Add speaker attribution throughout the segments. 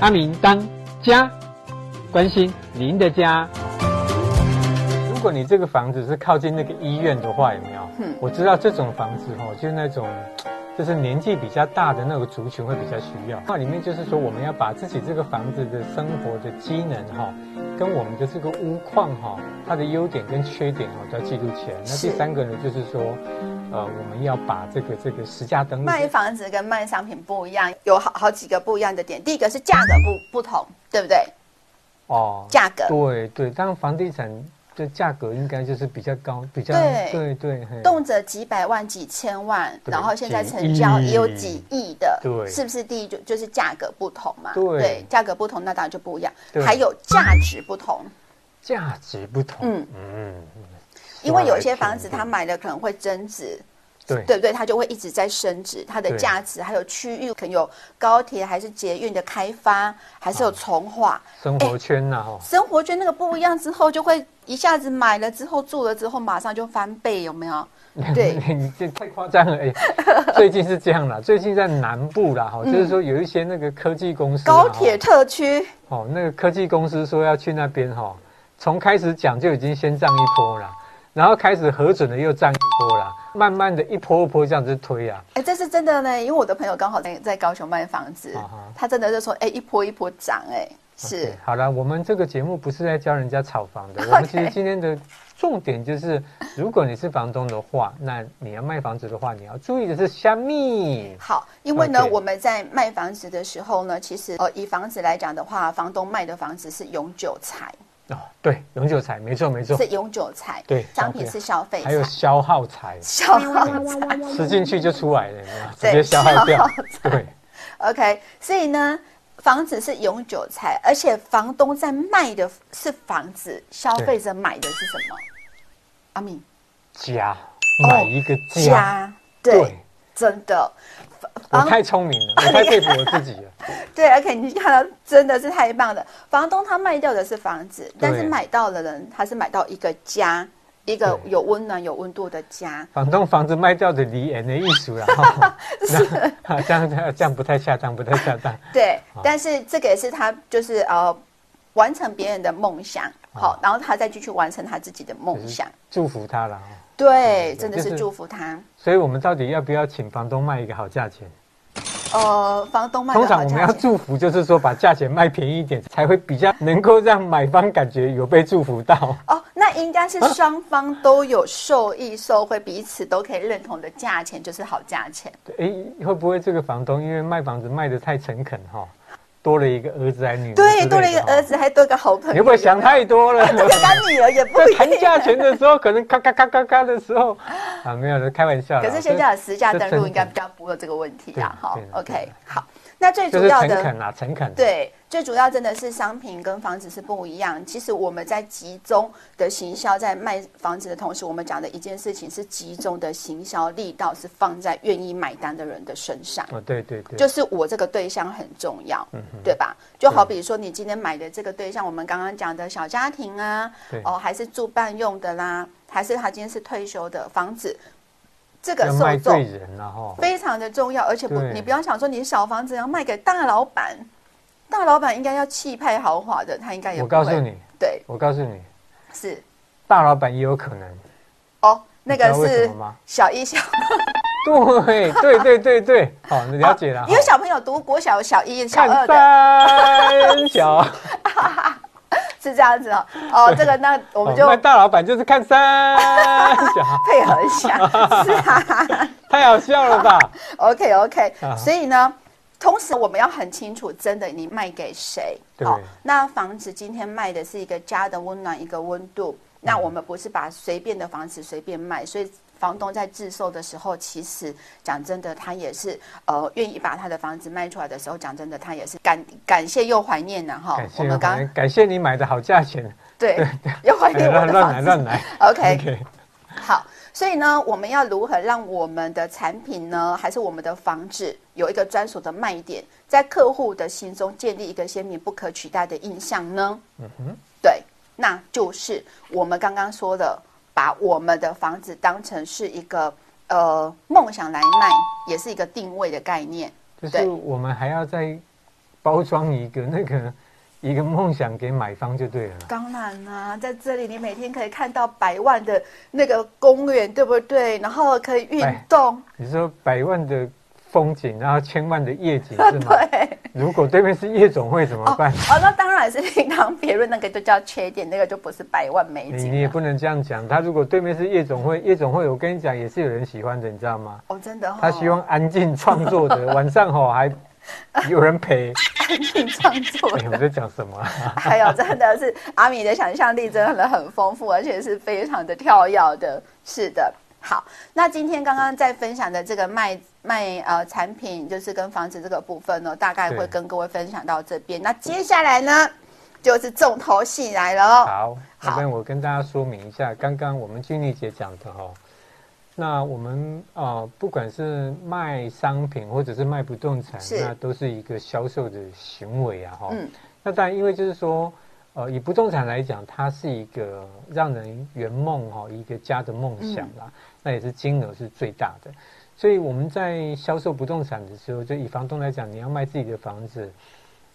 Speaker 1: 阿明当家，关心您的家。如果你这个房子是靠近那个医院的话，有没有？
Speaker 2: 嗯
Speaker 1: 我知道这种房子哦，就是那种，就是年纪比较大的那个族群会比较需要。那里面就是说，我们要把自己这个房子的生活的机能哈、跟我们的这个屋况哈、它的优点跟缺点哦，都要记录起来。那
Speaker 2: 是
Speaker 1: 第三个呢，就是说，呃，我们要把这个这个实价登录
Speaker 2: 卖房子跟卖商品不一样，有好好几个不一样的点。第一个是价格不不同，对不对？
Speaker 1: 哦，
Speaker 2: 价格
Speaker 1: 对对，当然房地产的价格应该就是比较高，比较
Speaker 2: 对
Speaker 1: 对对，嘿
Speaker 2: 动辄几百万、几千万，
Speaker 1: 对
Speaker 2: 然后现在成交
Speaker 1: 几亿
Speaker 2: 也有几亿的，
Speaker 1: 对
Speaker 2: 是不是？第一就就是价格不同嘛，
Speaker 1: 对
Speaker 2: 价格不同，那当然就不一样
Speaker 1: 对。
Speaker 2: 还有价值不同，
Speaker 1: 价值不同，
Speaker 2: 嗯
Speaker 1: 嗯，
Speaker 2: 因为有一些房子他买了可能会增值，
Speaker 1: 对
Speaker 2: 对不对？它就会一直在升值，它的
Speaker 1: 对
Speaker 2: 价值还有区域可能有高铁还是捷运的开发，还是有
Speaker 1: 啊
Speaker 2: 从化。
Speaker 1: 生活圈呐、哈、
Speaker 2: 生活圈那个不一样之后，就会一下子买了之后住了之后马上就翻倍，有没
Speaker 1: 啊
Speaker 2: 有？哎 对
Speaker 1: 你这太夸张了。哎、最近是这样啦，最近在南部啦，哈、就是说有一些那个科技公司啦
Speaker 2: 嗯高铁
Speaker 1: 齁
Speaker 2: 特区
Speaker 1: 哦，那个科技公司说要去那边哈，从开始讲就已经先涨一波啦，然后开始核准了又涨一波啦，慢慢的一波一波这样子推啊，
Speaker 2: 哎、这是真的呢，因为我的朋友刚好在在高雄卖房子
Speaker 1: 啊哈，
Speaker 2: 他真的就说，哎、一波一波涨，哎，是
Speaker 1: OK，好了，我们这个节目不是在教人家炒房 的，我们其实今天的重点就是，如果你是房东的话，那你要卖房子的话，你要注意的是虾米。
Speaker 2: 好，因为呢，
Speaker 1: OK
Speaker 2: 我们在卖房子的时候呢，其实呃，以房子来讲的话，房东卖的房子是永久财，
Speaker 1: 哦，对，永久财，没错没错
Speaker 2: 是，永久财，
Speaker 1: 对
Speaker 2: 商品是消费
Speaker 1: 还有
Speaker 2: 财，
Speaker 1: 消耗财，
Speaker 2: 消耗财。
Speaker 1: 吃进去就出来了，有没有直
Speaker 2: 对
Speaker 1: 接消耗掉。对，
Speaker 2: OK，所以呢，房子是永久财，而且房东在卖的是房子，消费者买的是什么？阿敏，
Speaker 1: 家买一个家，
Speaker 2: 哦家，对，
Speaker 1: 对
Speaker 2: 真的，
Speaker 1: 我
Speaker 2: 房
Speaker 1: 太聪明 了，我太佩服我自己了。
Speaker 2: 对，而且你看到真的是太棒了。房东他卖掉的是房子，但是买到的人他是买到一个家，一个
Speaker 1: 对
Speaker 2: 有温暖、有温度的家。
Speaker 1: 房东房子卖掉的离人的艺术了， 哈那这样这样这样不太恰当，不太恰当。
Speaker 2: 对
Speaker 1: 好，
Speaker 2: 但是这个也是他就是呃完成别人的梦想，好，然后他再继续完成他自己的梦想。
Speaker 1: 祝福他了。哈
Speaker 2: 对，真的
Speaker 1: 嗯就是是
Speaker 2: 祝福他。
Speaker 1: 所以我们到底要不要请房东卖一个好价钱？
Speaker 2: 呃，房东卖
Speaker 1: 通
Speaker 2: 的
Speaker 1: 常
Speaker 2: 好
Speaker 1: 我们要
Speaker 2: 价钱，
Speaker 1: 祝福，就是说把价钱卖便宜一点，才会比较能够让买方感觉有被祝福 到。
Speaker 2: 哦，那应该
Speaker 1: 啊
Speaker 2: 是双方都有受益、受惠，彼此都可以认同的价钱就是好价钱。
Speaker 1: 哎，会不会这个房东因为卖房子卖的太诚恳哈、多了一个儿子还女儿？
Speaker 2: 对，多了一个儿，子，还多个好朋友。
Speaker 1: 你会不会 想太多了？
Speaker 2: 跟他女儿也不
Speaker 1: 在
Speaker 2: 一
Speaker 1: 谈
Speaker 2: 样。
Speaker 1: 价钱的时候，可能咔咔咔咔咔的时候，啊，没有了，开玩笑啦。
Speaker 2: 可是现在有实价登
Speaker 1: 这
Speaker 2: 录，
Speaker 1: 这
Speaker 2: 应该比较不会有这个问题啊。
Speaker 1: 对
Speaker 2: 好
Speaker 1: 对对
Speaker 2: ，OK，好。那最
Speaker 1: 就
Speaker 2: 主
Speaker 1: 是
Speaker 2: 要
Speaker 1: 诚
Speaker 2: 的，
Speaker 1: 恳啦，诚恳。，
Speaker 2: 对，最主要真的是商品跟房子是不一样。其实我们在集中的行销，在卖房子的同时，我们讲的一件事情是集中的行销力道是放在愿意买单的人的身上。
Speaker 1: 哦，对对嗯对，
Speaker 2: 就是我这个对象很重要，对吧？就好比说你今天买的这个对象，我们刚刚讲的小家庭啊
Speaker 1: 对，
Speaker 2: 哦，还是住办用的啦，还是他今天是退休的房子，这个
Speaker 1: 要卖
Speaker 2: 受
Speaker 1: 对
Speaker 2: 众
Speaker 1: 人了哈。
Speaker 2: 非常的重要，而且不，
Speaker 1: 对
Speaker 2: 你不要想说你小房子要卖给大老板，大老板应该要气派豪华的，他应该也
Speaker 1: 我
Speaker 2: 不
Speaker 1: 告诉
Speaker 2: 会，
Speaker 1: 你，
Speaker 2: 对，
Speaker 1: 我告诉你，
Speaker 2: 是
Speaker 1: 大老板也有可能。
Speaker 2: 哦，那个
Speaker 1: 你知道为什
Speaker 2: 是
Speaker 1: 么吗
Speaker 2: 小一小，
Speaker 1: 对对对对对，好， 你了解了。
Speaker 2: 哦因为小朋友读国小小一小
Speaker 1: 看
Speaker 2: 二的。
Speaker 1: 三小，
Speaker 2: 是这样子哦，哦，这个那 我们就
Speaker 1: 哦那大老板就是看三小，
Speaker 2: 配合一下， 是啊。
Speaker 1: 太好笑了吧？
Speaker 2: OK OK，、
Speaker 1: 啊
Speaker 2: 所以呢，同时我们要很清楚，真的你卖给谁？
Speaker 1: 对
Speaker 2: 那房子今天卖的是一个家的温暖，一个温度。
Speaker 1: 嗯
Speaker 2: 那我们不是把随便的房子随便卖，所以房东在自售的时候，其实讲真的，他也是呃愿意把他的房子卖出来的时候，讲真的，他也是感感谢又怀念呢哈
Speaker 1: 感。
Speaker 2: 我
Speaker 1: 谢
Speaker 2: 们刚
Speaker 1: 我感谢你买的好价 钱，
Speaker 2: 对又怀
Speaker 1: 哎
Speaker 2: 念我
Speaker 1: 乱
Speaker 2: 的
Speaker 1: 乱来
Speaker 2: 房子。
Speaker 1: 乱来。
Speaker 2: OK，
Speaker 1: OK，
Speaker 2: 好，所以呢，我们要如何让我们的产品呢，还是我们的房子有一个专属的卖点，在客户的心中建立一个鲜明不可取代的印象呢？嗯哼，对，那就是我们刚刚说的，把我们的房子当成是一个呃梦想来卖，也是一个定位的概念。
Speaker 1: 就
Speaker 2: 对
Speaker 1: 是我们还要再包装一个那个一个梦想给买方就对了啦。
Speaker 2: 当然啦、在这里你每天可以看到百万的那个公园，对不对？然后可以运
Speaker 1: 哎
Speaker 2: 动，
Speaker 1: 你说百万的风景，然后千万的夜景是吗？
Speaker 2: 对。
Speaker 1: 如果对面是夜总会怎么
Speaker 2: 哦
Speaker 1: 办？
Speaker 2: 哦，那当然是另当别论，那个就叫缺点，那个就不是百万美
Speaker 1: 你你
Speaker 2: 景
Speaker 1: 也
Speaker 2: 了。
Speaker 1: 不能这样讲。他如果对面是夜总会，夜总会我跟你讲也是有人喜欢的，你知道吗？
Speaker 2: 哦，真的、哦，
Speaker 1: 他希望安静创作的，晚上吼还有人陪。
Speaker 2: 安静创作
Speaker 1: 哎、我
Speaker 2: 的。
Speaker 1: 在讲什么啊、
Speaker 2: 还有，真的是阿米的想象力真的很丰富，而且是非常的跳跃的。是的，好，那今天刚刚在分享的这个卖卖呃产品，就是跟房子这个部分哦呢，大概
Speaker 1: 对
Speaker 2: 会跟各位分享到这边。那接下来呢，就是重头戏来了哦。
Speaker 1: 好，那
Speaker 2: 好
Speaker 1: 边我跟大家说明一下，刚刚我们君丽姐讲的哈、那我们呃，不管是卖商品或者是卖不动产，
Speaker 2: 是
Speaker 1: 那都是一个销售的行为啊哈、
Speaker 2: 嗯
Speaker 1: 那当然，因为就是说，呃，以不动产来讲，它是一个让人圆梦哈、一个家的梦想啦、
Speaker 2: 嗯
Speaker 1: 那也是金额是最大的。所以我们在销售不动产的时候，就以房东来讲，你要卖自己的房子，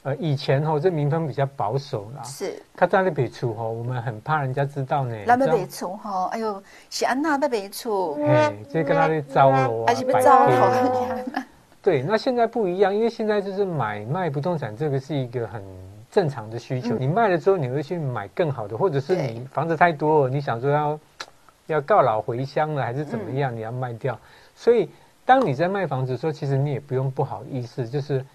Speaker 1: 呃，以前哈、这民风比较保守啦，
Speaker 2: 是，
Speaker 1: 他在那边出吼，我们很怕人家知道呢。哎
Speaker 2: 那要
Speaker 1: 这
Speaker 2: 北
Speaker 1: 样
Speaker 2: 出吼，哎呦，是安娜要北出，
Speaker 1: 嘿，这跟他在招楼啊，
Speaker 2: 还是被招
Speaker 1: 摆
Speaker 2: 头
Speaker 1: 贴
Speaker 2: 很
Speaker 1: 啊对，那现在不一样，因为现在就是买卖不动产，这个是一个很正常的需求。
Speaker 2: 嗯
Speaker 1: 你卖了之后，你会去买更好的，或者是
Speaker 2: 对
Speaker 1: 你房子太多了，你想说要要告老回乡了，还是怎么
Speaker 2: 嗯
Speaker 1: 样，你要卖掉。所以，当你在卖房子的时候，其实你也不用不好意思，就是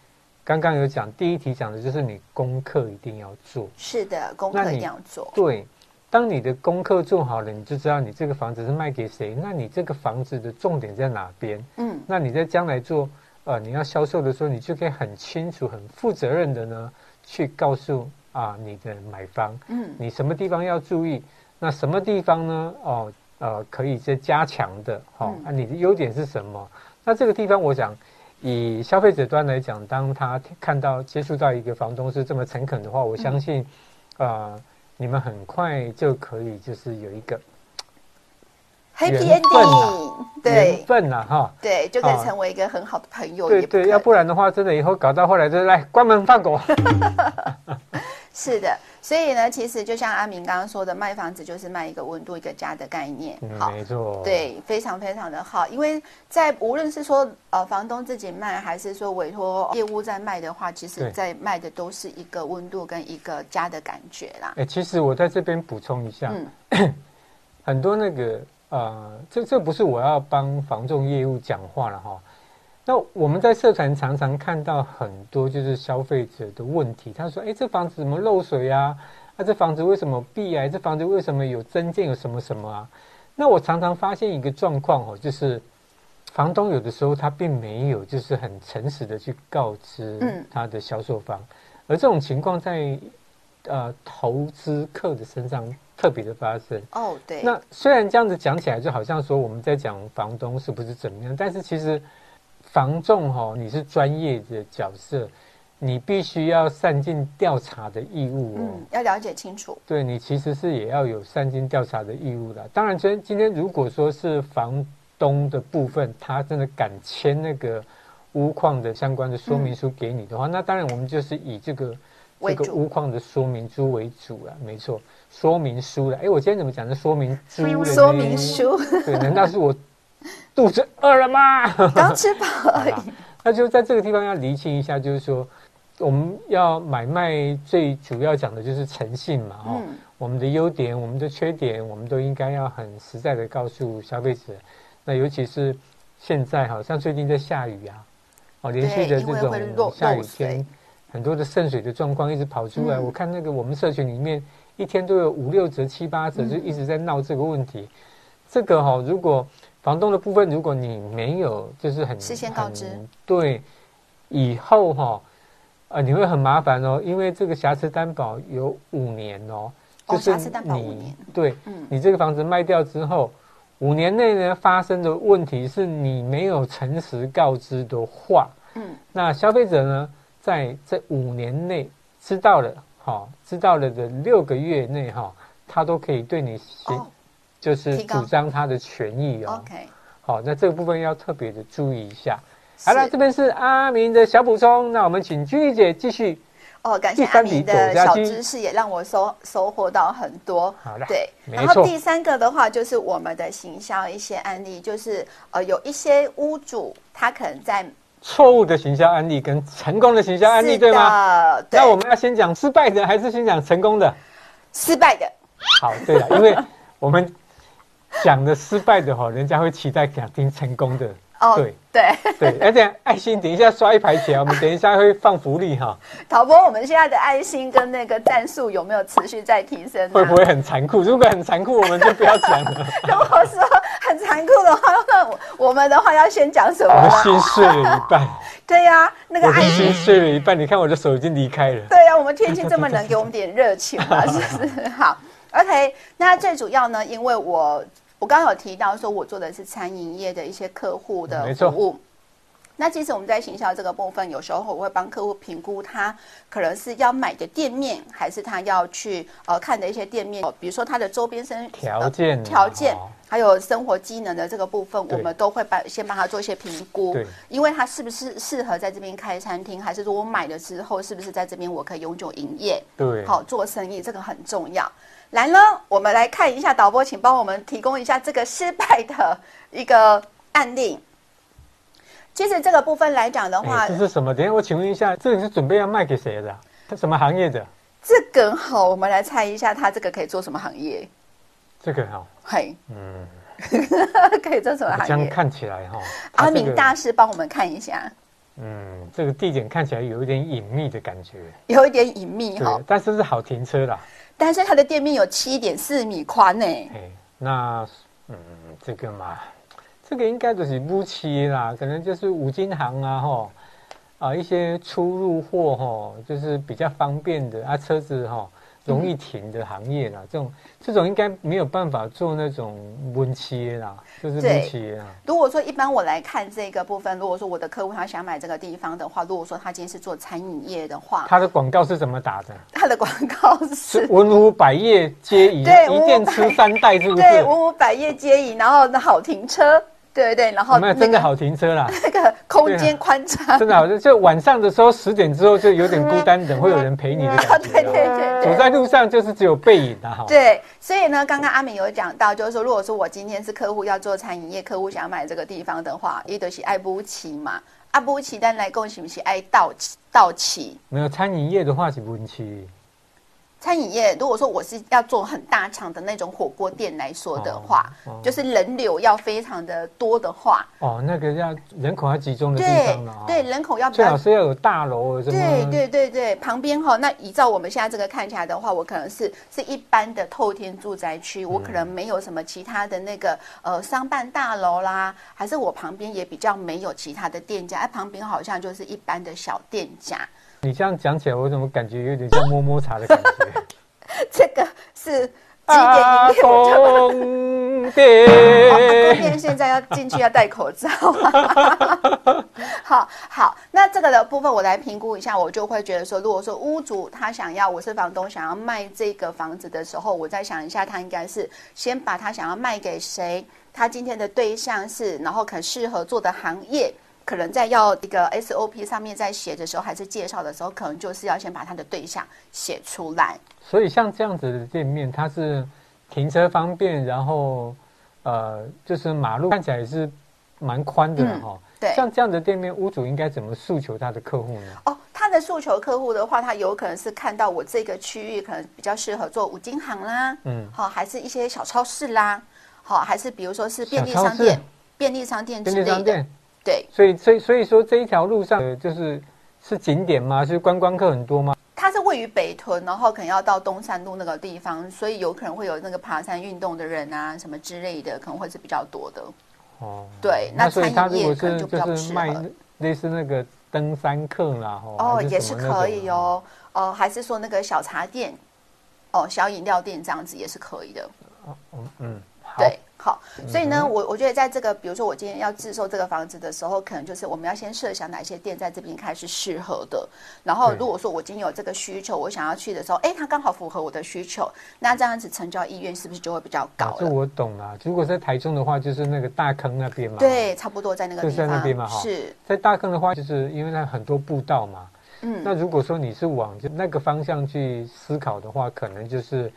Speaker 1: 刚刚有讲第一题讲的就是你功课一定要做。
Speaker 2: 是的，功
Speaker 1: 那
Speaker 2: 课一
Speaker 1: 你
Speaker 2: 定要做。
Speaker 1: 对，当你的功课做好了，你就知道你这个房子是卖给谁，那你这个房子的重点在哪边？
Speaker 2: 嗯，
Speaker 1: 那你在将来做呃你要销售的时候，你就可以很清楚、很负责任的呢去告诉啊、你的买方，
Speaker 2: 嗯，
Speaker 1: 你什么地方要注意，那什么地方呢？哦呃可以再加强的，哦
Speaker 2: 嗯，
Speaker 1: 啊你的优点是什么？那这个地方我想。以消费者端来讲，当他看到接触到一个房东是这么诚恳的话，我相信，
Speaker 2: 嗯
Speaker 1: 呃，你们很快就可以就是有一个
Speaker 2: Happy
Speaker 1: 缘分啊
Speaker 2: ending，
Speaker 1: 缘
Speaker 2: 对
Speaker 1: 分了、哈。
Speaker 2: 对，就可
Speaker 1: 啊
Speaker 2: 以成为一个很好的朋友，
Speaker 1: 对
Speaker 2: 也不
Speaker 1: 对，
Speaker 2: 可
Speaker 1: 要不然的话，真的以后搞到后来就是来关门放 狗。
Speaker 2: 是的。所以呢，其实就像阿明刚刚说的，卖房子就是卖一个温度、一个家的概念。好，
Speaker 1: 嗯没错，，
Speaker 2: 对，非常非常的好，因为在无论是说呃房东自己卖，还是说委托业务在卖的话，其
Speaker 1: 对
Speaker 2: 实在卖的都是一个温度跟一个家的感觉啦。
Speaker 1: 哎，其实我在这边补充一下，
Speaker 2: 嗯，
Speaker 1: 很多那个呃，这这不是我要帮房仲业务讲话了哈。那我们在社团常常看到很多就是消费者的问题，他说：“哎，这房子怎么漏水啊？啊，这房子为什么壁啊？这房子为什么有增建有什么什么啊？”那我常常发现一个状况哦，就是房东有的时候他并没有就是很诚实的去告知
Speaker 2: 嗯
Speaker 1: 他的销售方，而这种情况在呃投资客的身上特别的发生。
Speaker 2: 哦，对，
Speaker 1: 那虽然这样子讲起来，就好像说我们在讲房东是不是怎么样，但是其实房仲哈、你是专业的角色，你必须要善尽调查的义务哦。
Speaker 2: 嗯，要了解清楚，
Speaker 1: 对你其实是也要有善尽调查的义务的。当然，今天今天如果说是房东的部分，他真的敢签那个屋况的相关的说明书给你的话，那当然我们就是以这个这
Speaker 2: 嗯为
Speaker 1: 个
Speaker 2: 主
Speaker 1: 屋况的说明书为主了。没错，说明书了。哎，我今天怎么讲的说明书了呢？
Speaker 2: 说明书
Speaker 1: 对，难道是我肚子饿了吗？
Speaker 2: 刚吃饱而
Speaker 1: 好
Speaker 2: 已
Speaker 1: 啦。那就在这个地方要厘清一下，就是说我们要买卖最主要讲的就是诚信嘛，哦。
Speaker 2: 嗯，
Speaker 1: 我们的优点、我们的缺点，我们都应该要很实在的告诉消费者。那尤其是现在，好像最近在下雨啊，哦，连续的
Speaker 2: 因为
Speaker 1: 这
Speaker 2: 会
Speaker 1: 种
Speaker 2: 漏
Speaker 1: 下雨
Speaker 2: 漏水
Speaker 1: 天，很多的渗水的状况一直跑出来。
Speaker 2: 嗯
Speaker 1: 我看那个我们社群里面，一天都有五六折、七八折，
Speaker 2: 嗯
Speaker 1: 就一直在闹这个问题。这个哈、如果房东的部分，如果你没有就是很
Speaker 2: 事先告知
Speaker 1: 很对，以后哈、呃，你会很麻烦哦，因为这个瑕疵担保有五年哦，
Speaker 2: 哦
Speaker 1: 就是
Speaker 2: 瑕疵担保五
Speaker 1: 你
Speaker 2: 年
Speaker 1: 对
Speaker 2: 嗯，
Speaker 1: 你这个房子卖掉之后，五年内呢发生的问题是你没有诚实告知的话，
Speaker 2: 嗯，
Speaker 1: 那消费者呢在这五年内知道了，哈、知道了的六个月内哈、他都可以对你行，
Speaker 2: 哦
Speaker 1: 就是
Speaker 2: 提高
Speaker 1: 主张他的权益哦。
Speaker 2: ，OK，
Speaker 1: 好，那这个部分要特别的注意一下。好了，这边是阿明的小补充，那我们请君怡姐继续。
Speaker 2: 哦，感谢
Speaker 1: 第
Speaker 2: 阿
Speaker 1: 三题
Speaker 2: 明的
Speaker 1: 左家
Speaker 2: 小
Speaker 1: 鸡
Speaker 2: 知识，也让我收收获到很多。
Speaker 1: 好啦
Speaker 2: 对，
Speaker 1: 没
Speaker 2: 然后
Speaker 1: 错
Speaker 2: 第三个的话就是我们的行销一些案例，就是呃有一些屋主他可能在
Speaker 1: 错误的行销案例跟成功的行销案例，对吗？
Speaker 2: 吗？对
Speaker 1: 那，我们要先讲失败的，还是先讲成功 的？
Speaker 2: 失败的，
Speaker 1: 好，对了，因为我们讲的失败的哈，人家会期待想听成功的。
Speaker 2: 哦，
Speaker 1: 对
Speaker 2: 对，
Speaker 1: 对，而且爱心等一下刷一排起来，我们等一下会放福利哈，
Speaker 2: 陶波，我们现在的爱心跟那个战术有没有持续在提升、啊？
Speaker 1: 会不会很残酷？如果很残酷，我们就不要讲了，
Speaker 2: 如果说很残酷的话，那我我们的话要先讲什么
Speaker 1: 我们
Speaker 2: 呢？
Speaker 1: 心碎了一半，
Speaker 2: 对呀、那个
Speaker 1: 我的
Speaker 2: 爱
Speaker 1: 心
Speaker 2: 心，
Speaker 1: 碎了一半。你看我的手已经离开了。
Speaker 2: 对呀、啊我们天气这么冷，给我们点热情 吧，是不是？好，OK。那最主要呢，因为我我刚刚有提到说，我做的是餐饮业的一些客户的
Speaker 1: 嗯没
Speaker 2: 服
Speaker 1: 错
Speaker 2: 务。那其实我们在行销这个部分，有时候我会帮客户评估他可能是要买的店面，还是他要去呃看的一些店面，哦比如说他的周边生呃
Speaker 1: 条件啊
Speaker 2: 条件
Speaker 1: 哦，
Speaker 2: 还有生活机能的这个部分，
Speaker 1: 对
Speaker 2: 我们都会把先帮他做一些评估
Speaker 1: 对，
Speaker 2: 因为他是不是适合在这边开餐厅，还是说我买了之后是不是在这边我可以永久营业，
Speaker 1: 对，
Speaker 2: 好做生意，这个很重要。来呢，我们来看一下导播，请帮我们提供一下这个失败的一个案例。其实这个部分来讲的话，
Speaker 1: 哎，这是什么？等一下我请问一下，这个是准备要卖给谁的啊？它什么行业的？
Speaker 2: 这个好，我们来猜一下，它这个可以做什么行业？
Speaker 1: 这个哈，
Speaker 2: 嘿，
Speaker 1: 嗯，
Speaker 2: 可以做什么
Speaker 1: 这
Speaker 2: 行
Speaker 1: 样
Speaker 2: 业？
Speaker 1: 看起来哈，它
Speaker 2: 阿
Speaker 1: 这个
Speaker 2: 明大，师帮我们看一下，
Speaker 1: 嗯，这个地点看起来有一点隐秘的感觉，
Speaker 2: 有一点隐秘哈
Speaker 1: 对，，但是是好停车啦，
Speaker 2: 但是它的店面有七点四米宽呢。
Speaker 1: 哎，那嗯，这个嘛，这个应该就是乌漆啦，可能就是五金行啊，吼，啊，一些出入货吼，就是比较方便的啊，车子吼容易停的行业啦，这种这种应该没有办法做那种温切啦，就是
Speaker 2: 对
Speaker 1: 温切啦，
Speaker 2: 如果说一般我来看这个部分，如果说我的客户他想买这个地方的话，如果说他今天是做餐饮业的话，
Speaker 1: 它的广告是怎么打的？
Speaker 2: 他的广告
Speaker 1: 是
Speaker 2: 是。
Speaker 1: 文武百业皆宜，
Speaker 2: 对
Speaker 1: 一店吃三代，是不是？
Speaker 2: 对，文武百业皆宜，然后好停车，对对对，然后
Speaker 1: 有没有啊
Speaker 2: 那
Speaker 1: 真的
Speaker 2: 个
Speaker 1: 好停车啦？
Speaker 2: 那个空间宽敞，
Speaker 1: 真的好，就就晚上的时候十点之后就有点孤单，等会有人陪你的
Speaker 2: 啊，
Speaker 1: 感
Speaker 2: 对
Speaker 1: 觉
Speaker 2: 对
Speaker 1: 啊。
Speaker 2: 对
Speaker 1: 走
Speaker 2: 对。
Speaker 1: 在路上就是只有背影啊，哈。
Speaker 2: 对，所以呢，刚刚阿敏有讲到，就是说，如果说我今天是客户要做餐饮业，客户想买这个地方的话，伊就是爱不起嘛，爱不起，但来共是不是爱到期到期？
Speaker 1: 没有餐饮业的话是文期，
Speaker 2: 餐饮业，如果说我是要做很大场的那种火锅店来说的话，
Speaker 1: 哦哦
Speaker 2: 就是人流要非常的多的话，
Speaker 1: 哦，那个要人口要集中的地
Speaker 2: 对
Speaker 1: 方了哈。
Speaker 2: 对，，人口要比
Speaker 1: 最好
Speaker 2: 较。
Speaker 1: 是要有大楼，什么？
Speaker 2: 对对对对，旁边哈、那依照我们现在这个看起来的话，我可能是是一般的透天住宅区，我可能
Speaker 1: 嗯
Speaker 2: 没有什么其他的那个呃商办大楼啦，还是我旁边也比较没有其他的店家，哎、旁边好像就是一般的小店家，
Speaker 1: 你这样讲起来，我怎么感觉有点像摸摸茶的 感觉？
Speaker 2: 这个是几点
Speaker 1: 啊，
Speaker 2: 营业我
Speaker 1: 宫
Speaker 2: 就好，阿公
Speaker 1: 殿，
Speaker 2: 店哦现在要进去要戴口罩。 好好，那这个的部分我来评估一下，我就会觉得说，如果说屋主他想要，我是房东想要卖这个房子的时候，我再想一下，他应该是先把他想要卖给谁，他今天的对象是，然后可适合做的行业。可能在要一个 SOP 上面在写的时候，还是介绍的时候，可能就是要先把他的对象写出来。
Speaker 1: 所以像这样子的店面，它是停车方便，然后呃，就是马路看起来也是蛮宽的啦
Speaker 2: 嗯
Speaker 1: 哈。
Speaker 2: 对，
Speaker 1: 像这样的店面，屋主应该怎么诉求他的客户呢？
Speaker 2: 哦，他的诉求客户的话，他有可能是看到我这个区域可能比较适合做五金行啦，
Speaker 1: 嗯，
Speaker 2: 好、还是一些小超市啦，好、还是比如说是便利
Speaker 1: 小超
Speaker 2: 商店
Speaker 1: 市、
Speaker 2: 便利商店之
Speaker 1: 便利
Speaker 2: 类
Speaker 1: 商
Speaker 2: 的，
Speaker 1: 店。
Speaker 2: 对，
Speaker 1: 所以，所以，所以说这一条路上，呃，就是是景点吗？是观光客很多吗？
Speaker 2: 它是位于北屯，然后可能要到东山路那个地方，所以有可能会有那个爬山运动的人啊什么之类的，可能会是比较多的。
Speaker 1: 哦，
Speaker 2: 对那
Speaker 1: 那所以他
Speaker 2: 餐
Speaker 1: 如
Speaker 2: 饮
Speaker 1: 果
Speaker 2: 业可能
Speaker 1: 是
Speaker 2: 就比较
Speaker 1: 就
Speaker 2: 不
Speaker 1: 是
Speaker 2: 适
Speaker 1: 卖
Speaker 2: 合
Speaker 1: 类似那个登山客啦，吼
Speaker 2: 哦，
Speaker 1: 还
Speaker 2: 也
Speaker 1: 什
Speaker 2: 是
Speaker 1: 么那种
Speaker 2: 可以哦，哦，还是说那个小茶店，哦，小饮料店这样子也是可以的。
Speaker 1: 啊。嗯嗯，好，
Speaker 2: 对，好，所以呢，我我觉得在这个，比如说我今天要自售这个房子的时候，可能就是我们要先设想哪些店在这边开是适合的。然后，
Speaker 1: 对
Speaker 2: 如果说我今天有这个需求，我想要去的时候，哎，它刚好符合我的需求，那这样子成交意愿是不是就会比较高
Speaker 1: 啊这
Speaker 2: 了？
Speaker 1: 我懂啦。如果在台中的话，就是那个大坑那边嘛。
Speaker 2: 对，差不多在那个
Speaker 1: 就
Speaker 2: 地
Speaker 1: 在
Speaker 2: 方，
Speaker 1: 那边嘛哈
Speaker 2: 是，
Speaker 1: 在大坑的话，就是因为它很多步道嘛。
Speaker 2: 嗯，
Speaker 1: 那如果说你是往就那个方向去思考的话，可能就是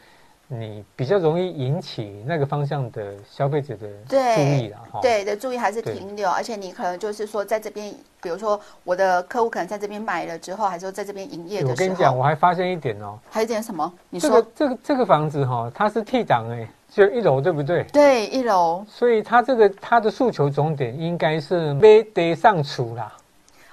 Speaker 1: 你比较容易引起那个方向的消费者的注意了哈。
Speaker 2: 对的，注意还是
Speaker 1: 对
Speaker 2: 停留，而且你可能就是说在这边，比如说我的客户可能在这边买了之后，还是说在这边营业
Speaker 1: 哎我
Speaker 2: 的
Speaker 1: 跟
Speaker 2: 时
Speaker 1: 你讲，
Speaker 2: 候，
Speaker 1: 我还发现一点哦，
Speaker 2: 还有一点什么？你
Speaker 1: 这
Speaker 2: 说、
Speaker 1: 个这个这个房子哈、它是 T 档哎，只有一楼对不对？
Speaker 2: 对，一楼
Speaker 1: 所以它这个它的诉求总点应该是没得上厨啦，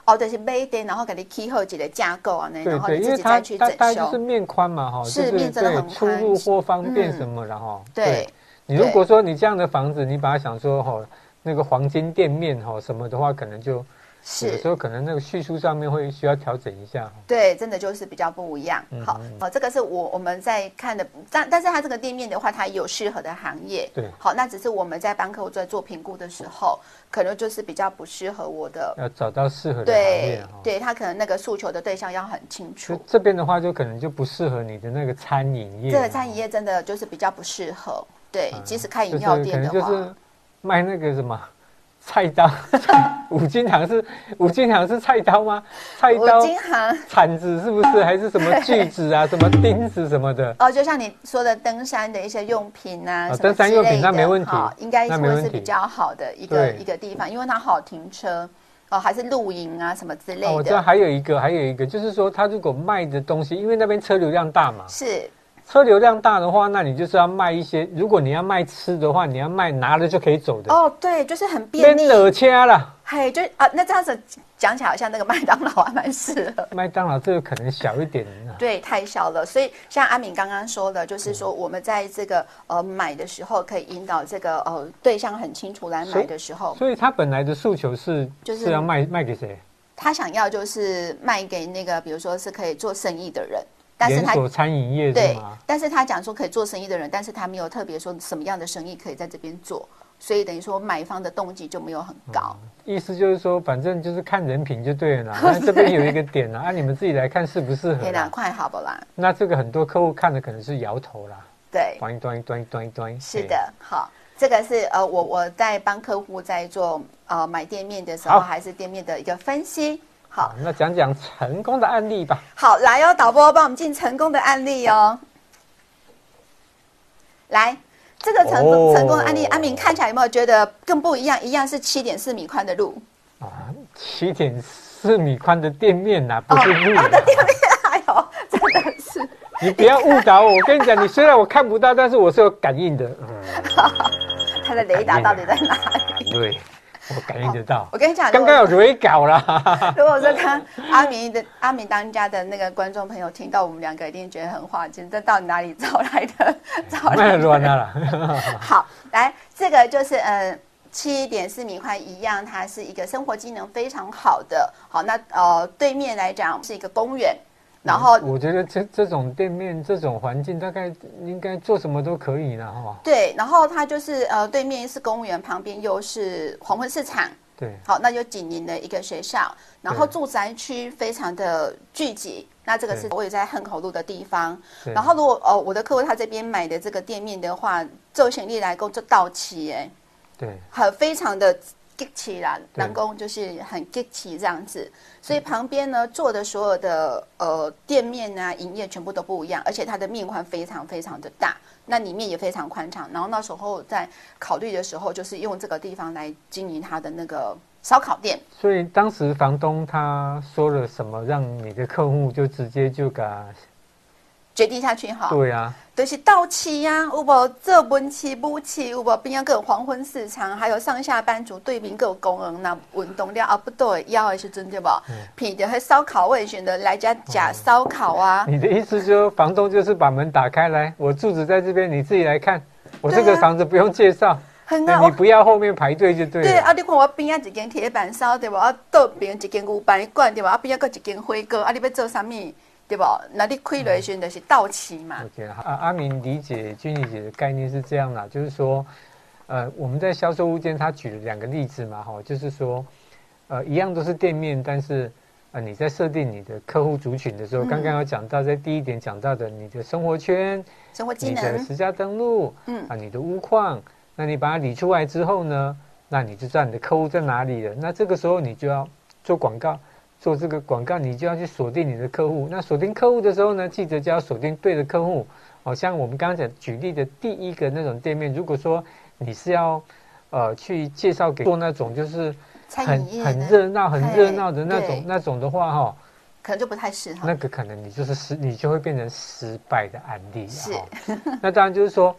Speaker 2: 哦，就是每点，然后给你 key 后几的架构啊，那
Speaker 1: 对
Speaker 2: 然后
Speaker 1: 对，
Speaker 2: 你
Speaker 1: 因为
Speaker 2: 自己
Speaker 1: 它
Speaker 2: 再去
Speaker 1: 它
Speaker 2: 整
Speaker 1: 它就
Speaker 2: 修
Speaker 1: 是。面宽嘛哈，
Speaker 2: 是
Speaker 1: 就
Speaker 2: 面真的
Speaker 1: 对
Speaker 2: 很
Speaker 1: 出
Speaker 2: 宽
Speaker 1: 入或方便
Speaker 2: 嗯
Speaker 1: 什么了哈。
Speaker 2: 对，
Speaker 1: 你如果说你这样的房子，你把它想说哦，那个黄金店面哦什么的话，可能就有的
Speaker 2: 是
Speaker 1: 时，候可能那个叙述上面会需要调整一下。
Speaker 2: 对，真的就是比较不一样。好呃
Speaker 1: 嗯嗯，
Speaker 2: 好，这个是我我们在看的，但但是它这个店面的话，它也有适合的行业。
Speaker 1: 对
Speaker 2: 好，那只是我们在帮客户在做评估的时候，可能就是比较不适合我的
Speaker 1: 要找到适合的行
Speaker 2: 对
Speaker 1: 业哈。
Speaker 2: 对，他可能那个诉求的对象要很清
Speaker 1: 就
Speaker 2: 楚。
Speaker 1: 这边的话，就可能就不适合你的那个餐饮业。
Speaker 2: 这个餐饮业真的就是比较不适合，对
Speaker 1: 嗯，
Speaker 2: 即使开
Speaker 1: 就
Speaker 2: 饮
Speaker 1: 是
Speaker 2: 料
Speaker 1: 可
Speaker 2: 店
Speaker 1: 能
Speaker 2: 的
Speaker 1: 就
Speaker 2: 话，
Speaker 1: 是卖那个什么菜刀， 五金行是五金行是菜刀吗？菜刀
Speaker 2: 五、金行
Speaker 1: 铲子是不是？还是什么锯子 啊？什么钉子什么的？
Speaker 2: 哦，就像你说的登山的一些用品啊，
Speaker 1: 啊
Speaker 2: 什么
Speaker 1: 登山
Speaker 2: 之
Speaker 1: 用品
Speaker 2: 类
Speaker 1: 那没
Speaker 2: 的
Speaker 1: 问题
Speaker 2: 哈应该
Speaker 1: 那没
Speaker 2: 会
Speaker 1: 问
Speaker 2: 是
Speaker 1: 题
Speaker 2: 比较好的一个
Speaker 1: 对
Speaker 2: 一个地方，因为它好停车哦，还是露营啊什么之
Speaker 1: 啊，
Speaker 2: 类
Speaker 1: 我知道
Speaker 2: 的，
Speaker 1: 还有一个，还有一个就是说，他如果卖的东西，因为那边车流量大嘛，
Speaker 2: 是
Speaker 1: 车流量大的话，那你就是要卖一些，如果你要卖吃的话，你要卖拿了就可以走的，
Speaker 2: 哦，对，就是很
Speaker 1: 边
Speaker 2: 便利，
Speaker 1: 惹掐了。
Speaker 2: 嘿，就啊，那这样子讲起来好像那个麦当劳还蛮适合。
Speaker 1: 麦当劳这个可能小一点啊，
Speaker 2: 对，太小了。所以像阿敏刚刚说的，
Speaker 1: 嗯
Speaker 2: 就是说我们在这个呃买的时候，可以引导这个呃对象很清楚来
Speaker 1: 所
Speaker 2: 买
Speaker 1: 以
Speaker 2: 的时候，
Speaker 1: 所以他本来的诉求是
Speaker 2: 就是
Speaker 1: 是要卖卖给谁？
Speaker 2: 他想要就是卖给那个，比如说是可以做生意的人，但是
Speaker 1: 连
Speaker 2: 他
Speaker 1: 锁餐饮业是
Speaker 2: 对
Speaker 1: 吗？，
Speaker 2: 但是他讲说可以做生意的人，但是他没有特别说什么样的生意可以在这边做，所以等于说买方的动机就没有很高。
Speaker 1: 意思就是说，反正就是看人品就对 了啦。那这边有一个点啦，啊，你们自己来看适不适合
Speaker 2: 可以啦，
Speaker 1: 啦。
Speaker 2: 快好不啦？
Speaker 1: 那这个很多客户看的可能是摇头啦，
Speaker 2: 对，
Speaker 1: 端一端一端一端一端。
Speaker 2: 是
Speaker 1: 嘿
Speaker 2: 的，好，这个是呃，我我在帮客户在做呃买店面的时候，
Speaker 1: 好
Speaker 2: 还是店面的一个分析。好
Speaker 1: 啊好，，那讲讲成功的案例吧。
Speaker 2: 好，来哦，导播帮我们进成功的案例哦。来，这个成功、
Speaker 1: 哦
Speaker 2: 成功的案例，阿敏看起来有没有觉得更不一样？一样是七点四米宽的路，
Speaker 1: 啊，七点四米宽的店面呐、不是路、
Speaker 2: 我的哦店面，哎呦， 真的是
Speaker 1: 你不要误导我。我跟你讲，你虽然我看不到，但是我是有感应的。
Speaker 2: 它的雷达到底在哪？
Speaker 1: 里？对，我感应得 到。
Speaker 2: 我跟你讲，如
Speaker 1: 刚
Speaker 2: 果
Speaker 1: 刚有蕊稿 啦，
Speaker 2: 如果说他阿明的阿明当家的那个观众朋友听到我们两个，一定觉得很滑稽，这到底哪里找来的？找
Speaker 1: 卖
Speaker 2: 来的？
Speaker 1: 乱了啦。
Speaker 2: 好，来，这个就是呃。七点四米宽一样，它是一个生活机能非常好的。好，那呃对面来讲是一个公园，然后
Speaker 1: 嗯我觉得这这种店面、这种环境，大概应该做什么都可以了哈。
Speaker 2: 对，然后它就是呃对面是公园，旁边又是黄昏市场，
Speaker 1: 对，
Speaker 2: 好，那就紧邻的一个学校，然后
Speaker 1: 对
Speaker 2: 住宅区非常的聚集。那这个是
Speaker 1: 对
Speaker 2: 我也在恨口路的地方。
Speaker 1: 对
Speaker 2: 然后如果呃我的客户他这边买的这个店面的话，周行李来购就到期哎，
Speaker 1: 对，
Speaker 2: 很非常的激起啦，
Speaker 1: 对
Speaker 2: 南宫就是很激起这样子。所以旁边呢做的所有的呃店面啊营业全部都不一样，而且它的面宽非常非常的大，那里面也非常宽敞。然后那时候在考虑的时候，就是用这个地方来经营它的那个烧烤店。
Speaker 1: 所以当时房东他说了什么，让你的客户就直接就给他
Speaker 2: 哦决定下去哈，
Speaker 1: 对啊，
Speaker 2: 就是到期呀、有无这文期、不期，有无边啊个有黄昏市场，还有上下班族对面个有公园，那运动了啊不对，腰的时阵对不
Speaker 1: 嗯？
Speaker 2: 品着迄烧烤味选择来家假烧烤啊，
Speaker 1: 你的意思就是房东就是把门打开来，我住址在这边，你自己来看。我
Speaker 2: 对啊
Speaker 1: 这个房子不用介绍，
Speaker 2: 很
Speaker 1: 那
Speaker 2: 啊
Speaker 1: 你。不要后面排队就对
Speaker 2: 对啊，
Speaker 1: 了。
Speaker 2: 你看我边啊一间铁板烧对不？啊，倒边一间牛排馆对不？啊，边啊个一间火锅，啊，你要做啥物对不？那你开落时
Speaker 1: 嗯
Speaker 2: 阵就是到期嘛，
Speaker 1: OK，好啊，阿明理解君怡姐的概念是这样啦，就是说，呃，我们在销售物件，他举了两个例子嘛，哈，就是说，呃，一样都是店面，但是呃，你在设定你的客户族群的时候，
Speaker 2: 嗯
Speaker 1: 刚刚有讲到，在第一点讲到的，你的生活圈、
Speaker 2: 生活机
Speaker 1: 你的
Speaker 2: 能，
Speaker 1: 实价登录
Speaker 2: 嗯
Speaker 1: 啊、你的屋况，那你把它理出来之后呢，那你就知道你的客户在哪里了。那这个时候你就要做广告，做这个广告，你就要去锁定你的客户。那锁定客户的时候呢，记者就要锁定对的客户。哦，像我们刚刚讲举例的第一个那种店面，如果说你是要呃去介绍给做那种就是
Speaker 2: 餐
Speaker 1: 很
Speaker 2: 饮业
Speaker 1: 很
Speaker 2: 呢
Speaker 1: 热闹、很热
Speaker 2: 嘿
Speaker 1: 闹的那
Speaker 2: 对
Speaker 1: 种那种的话，哈、
Speaker 2: 可能就不太适合。
Speaker 1: 那个可能你就是失，你就会变成失败的案例
Speaker 2: 是
Speaker 1: 了哈。 那当然就是说，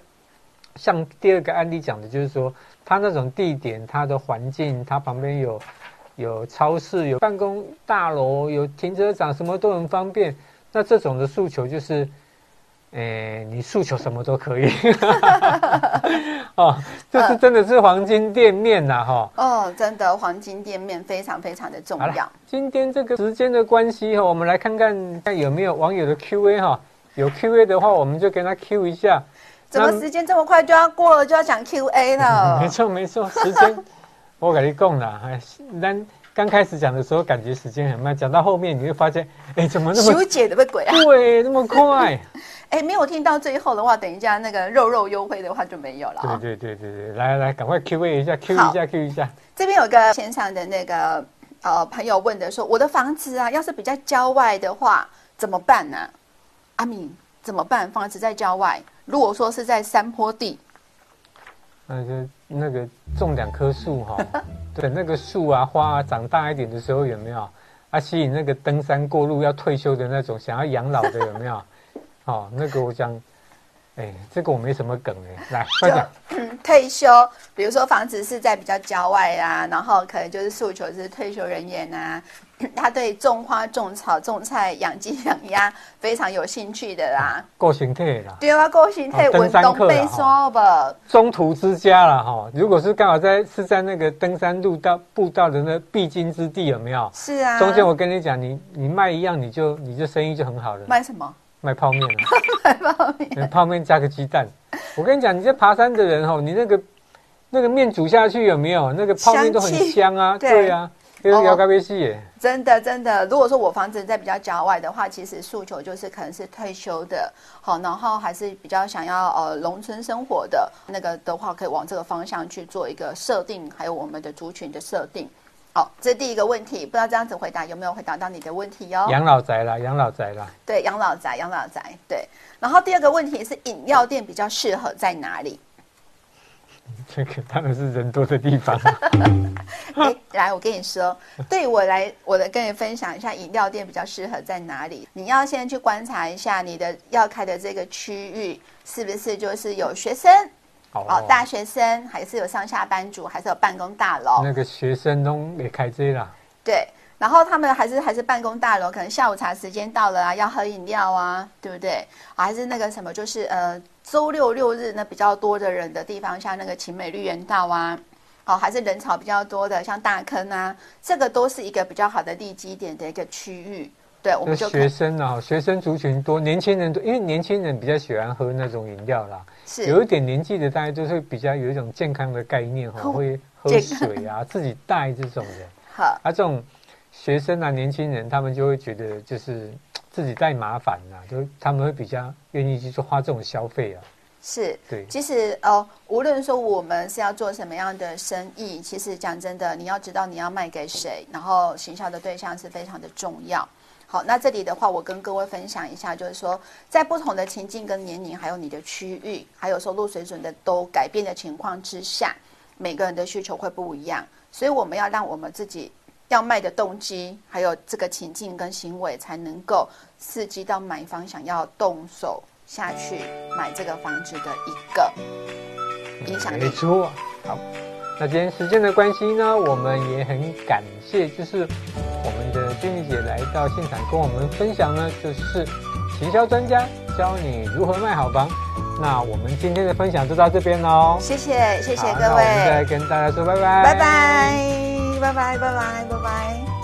Speaker 1: 像第二个案例讲的，就是说它那种地点、它的环境、它旁边有有超市、有办公大楼、有停车场，什么都很方便。那这种的诉求就是，诶、你诉求什么都可以， 哦，这是真的是黄金店面呐、哈、
Speaker 2: 哦，真的，黄金店面非常非常的重
Speaker 1: 好
Speaker 2: 要
Speaker 1: 了。，今天这个时间的关系哈，我们来看看看有没有网友的 Q&A 哈。有 Q&A 的话，我们就跟他 Q 一下。
Speaker 2: 怎么
Speaker 1: 那
Speaker 2: 时间这么快就要过了，就要讲 Q&A 了
Speaker 1: 没？错没错，时间我跟你讲啦，哎，咱刚开始讲的时候感觉时间很慢，讲到后面你会发现，哎，怎么那么
Speaker 2: 修姐的不鬼啊！
Speaker 1: 对，那么快？
Speaker 2: 哎，没有听到最后的话，等一下那个肉肉优惠的话就没有了啊、
Speaker 1: 对对对对对，来来，赶快 Q&A 一下，Q
Speaker 2: 好
Speaker 1: 一下，Q 一下。
Speaker 2: 这边有个线上的那个呃朋友问的说，我的房子啊，要是比较郊外的话怎么办呢、阿敏怎么办？房子在郊外，如果说是在山坡地，
Speaker 1: 那就那个种两棵树哈、等那个树啊花啊长大一点的时候有没有？啊，吸引那个登山过路要退休的那种想要养老的有没有？哦，那个我想，哎，这个我没什么梗哎，来快讲，
Speaker 2: 嗯，退休，比如说房子是在比较郊外啊，然后可能就是诉求是退休人员啊， 他对种花、种草、种菜、养鸡、养鸭 非常有兴趣的啦。
Speaker 1: 够形态啦，
Speaker 2: 对啊，过去退
Speaker 1: 哦
Speaker 2: 文
Speaker 1: 登山
Speaker 2: 东
Speaker 1: 客啦
Speaker 2: 被说吧，
Speaker 1: 中途之家啦哈、如果是刚好在是在那个登山路道步道的那必经之地有没有？
Speaker 2: 是啊。
Speaker 1: 中间我跟你讲，你你卖一样你就你就生意就很好了。
Speaker 2: 卖什么？
Speaker 1: 卖泡 面啊，卖泡面，泡面加个鸡蛋。我跟你讲，你这爬山的人哦，你那个那个面煮下去有没有？那个泡面都很香啊，
Speaker 2: 香气对
Speaker 1: 对啊，就是摇咖啡系耶。
Speaker 2: 真的真的，如果说我房子在比较郊外的话，其实诉求就是可能是退休的，好，然后还是比较想要呃农村生活的那个的话，可以往这个方向去做一个设定，还有我们的族群的设定。好，这是第一个问题，不知道这样子回答有没有回答到你的问题哟、
Speaker 1: 养老宅啦，养老宅啦，
Speaker 2: 对，养老宅，养老宅，对。然后第二个问题是饮料店比较适合在哪里？
Speaker 1: 这个当然是人多的地 方。
Speaker 2: 哎， 来，我跟你 说，对我来，我来跟你分享一下饮料店比较适合在哪里。你要先去观察一下你的要开的这个区域是不是就是有学生哦，大学生，还是有上下班族，还是有办公大楼？
Speaker 1: 那个学生都也开这啦，
Speaker 2: 对，然后他们还是还是办公大楼，可能下午茶时间到了啊，要喝饮料啊，对不对？啊还是那个什么，就是呃，周六六日呢比较多的人的地方，像那个晴美绿园道啊。哦，还是人潮比较多的，像大坑啊，这个都是一个比较好的地基点的一个区域。对，我
Speaker 1: 那
Speaker 2: 们就可
Speaker 1: 学
Speaker 2: 以
Speaker 1: 生啊，学生族群多，年轻人多，因为年轻人比较喜欢喝那种饮料啦。有
Speaker 2: 是
Speaker 1: 一点年纪的，大家就是比较有一种健康的概念哈，
Speaker 2: 哦
Speaker 1: 会喝
Speaker 2: 健康
Speaker 1: 水啊，自己带这种的。
Speaker 2: 好，
Speaker 1: 啊，这种学生啊、年轻人，他们就会觉得就是自己带麻烦啦、就他们会比较愿意去做花这种消费啊。
Speaker 2: 是。
Speaker 1: 对，
Speaker 2: 其实呃，无论说我们是要做什么样的生意，其实讲真的，你要知道你要卖给谁，然后行销的对象是非常的重要。好，那这里的话，我跟各位分享一下，就是说，在不同的情境跟年龄，还有你的区域，还有收入水准的都改变的情况之下，每个人的需求会不一样，所以我们要让我们自己要卖的动机，还有这个情境跟行为，才能够刺激到买方想要动手下去买这个房子的一个影响
Speaker 1: 嗯没
Speaker 2: 力。
Speaker 1: 错。啊好，那今天时间的关系呢，我们也很感谢，就是我们的君丽姐来到现场跟我们分享呢，就是行销专家教你如何卖好房。那我们今天的分享就到这边喽，
Speaker 2: 谢谢，谢谢
Speaker 1: 好
Speaker 2: 各
Speaker 1: 那我们再
Speaker 2: 位，
Speaker 1: 跟大家说拜
Speaker 2: 拜拜，拜拜，拜拜，拜拜。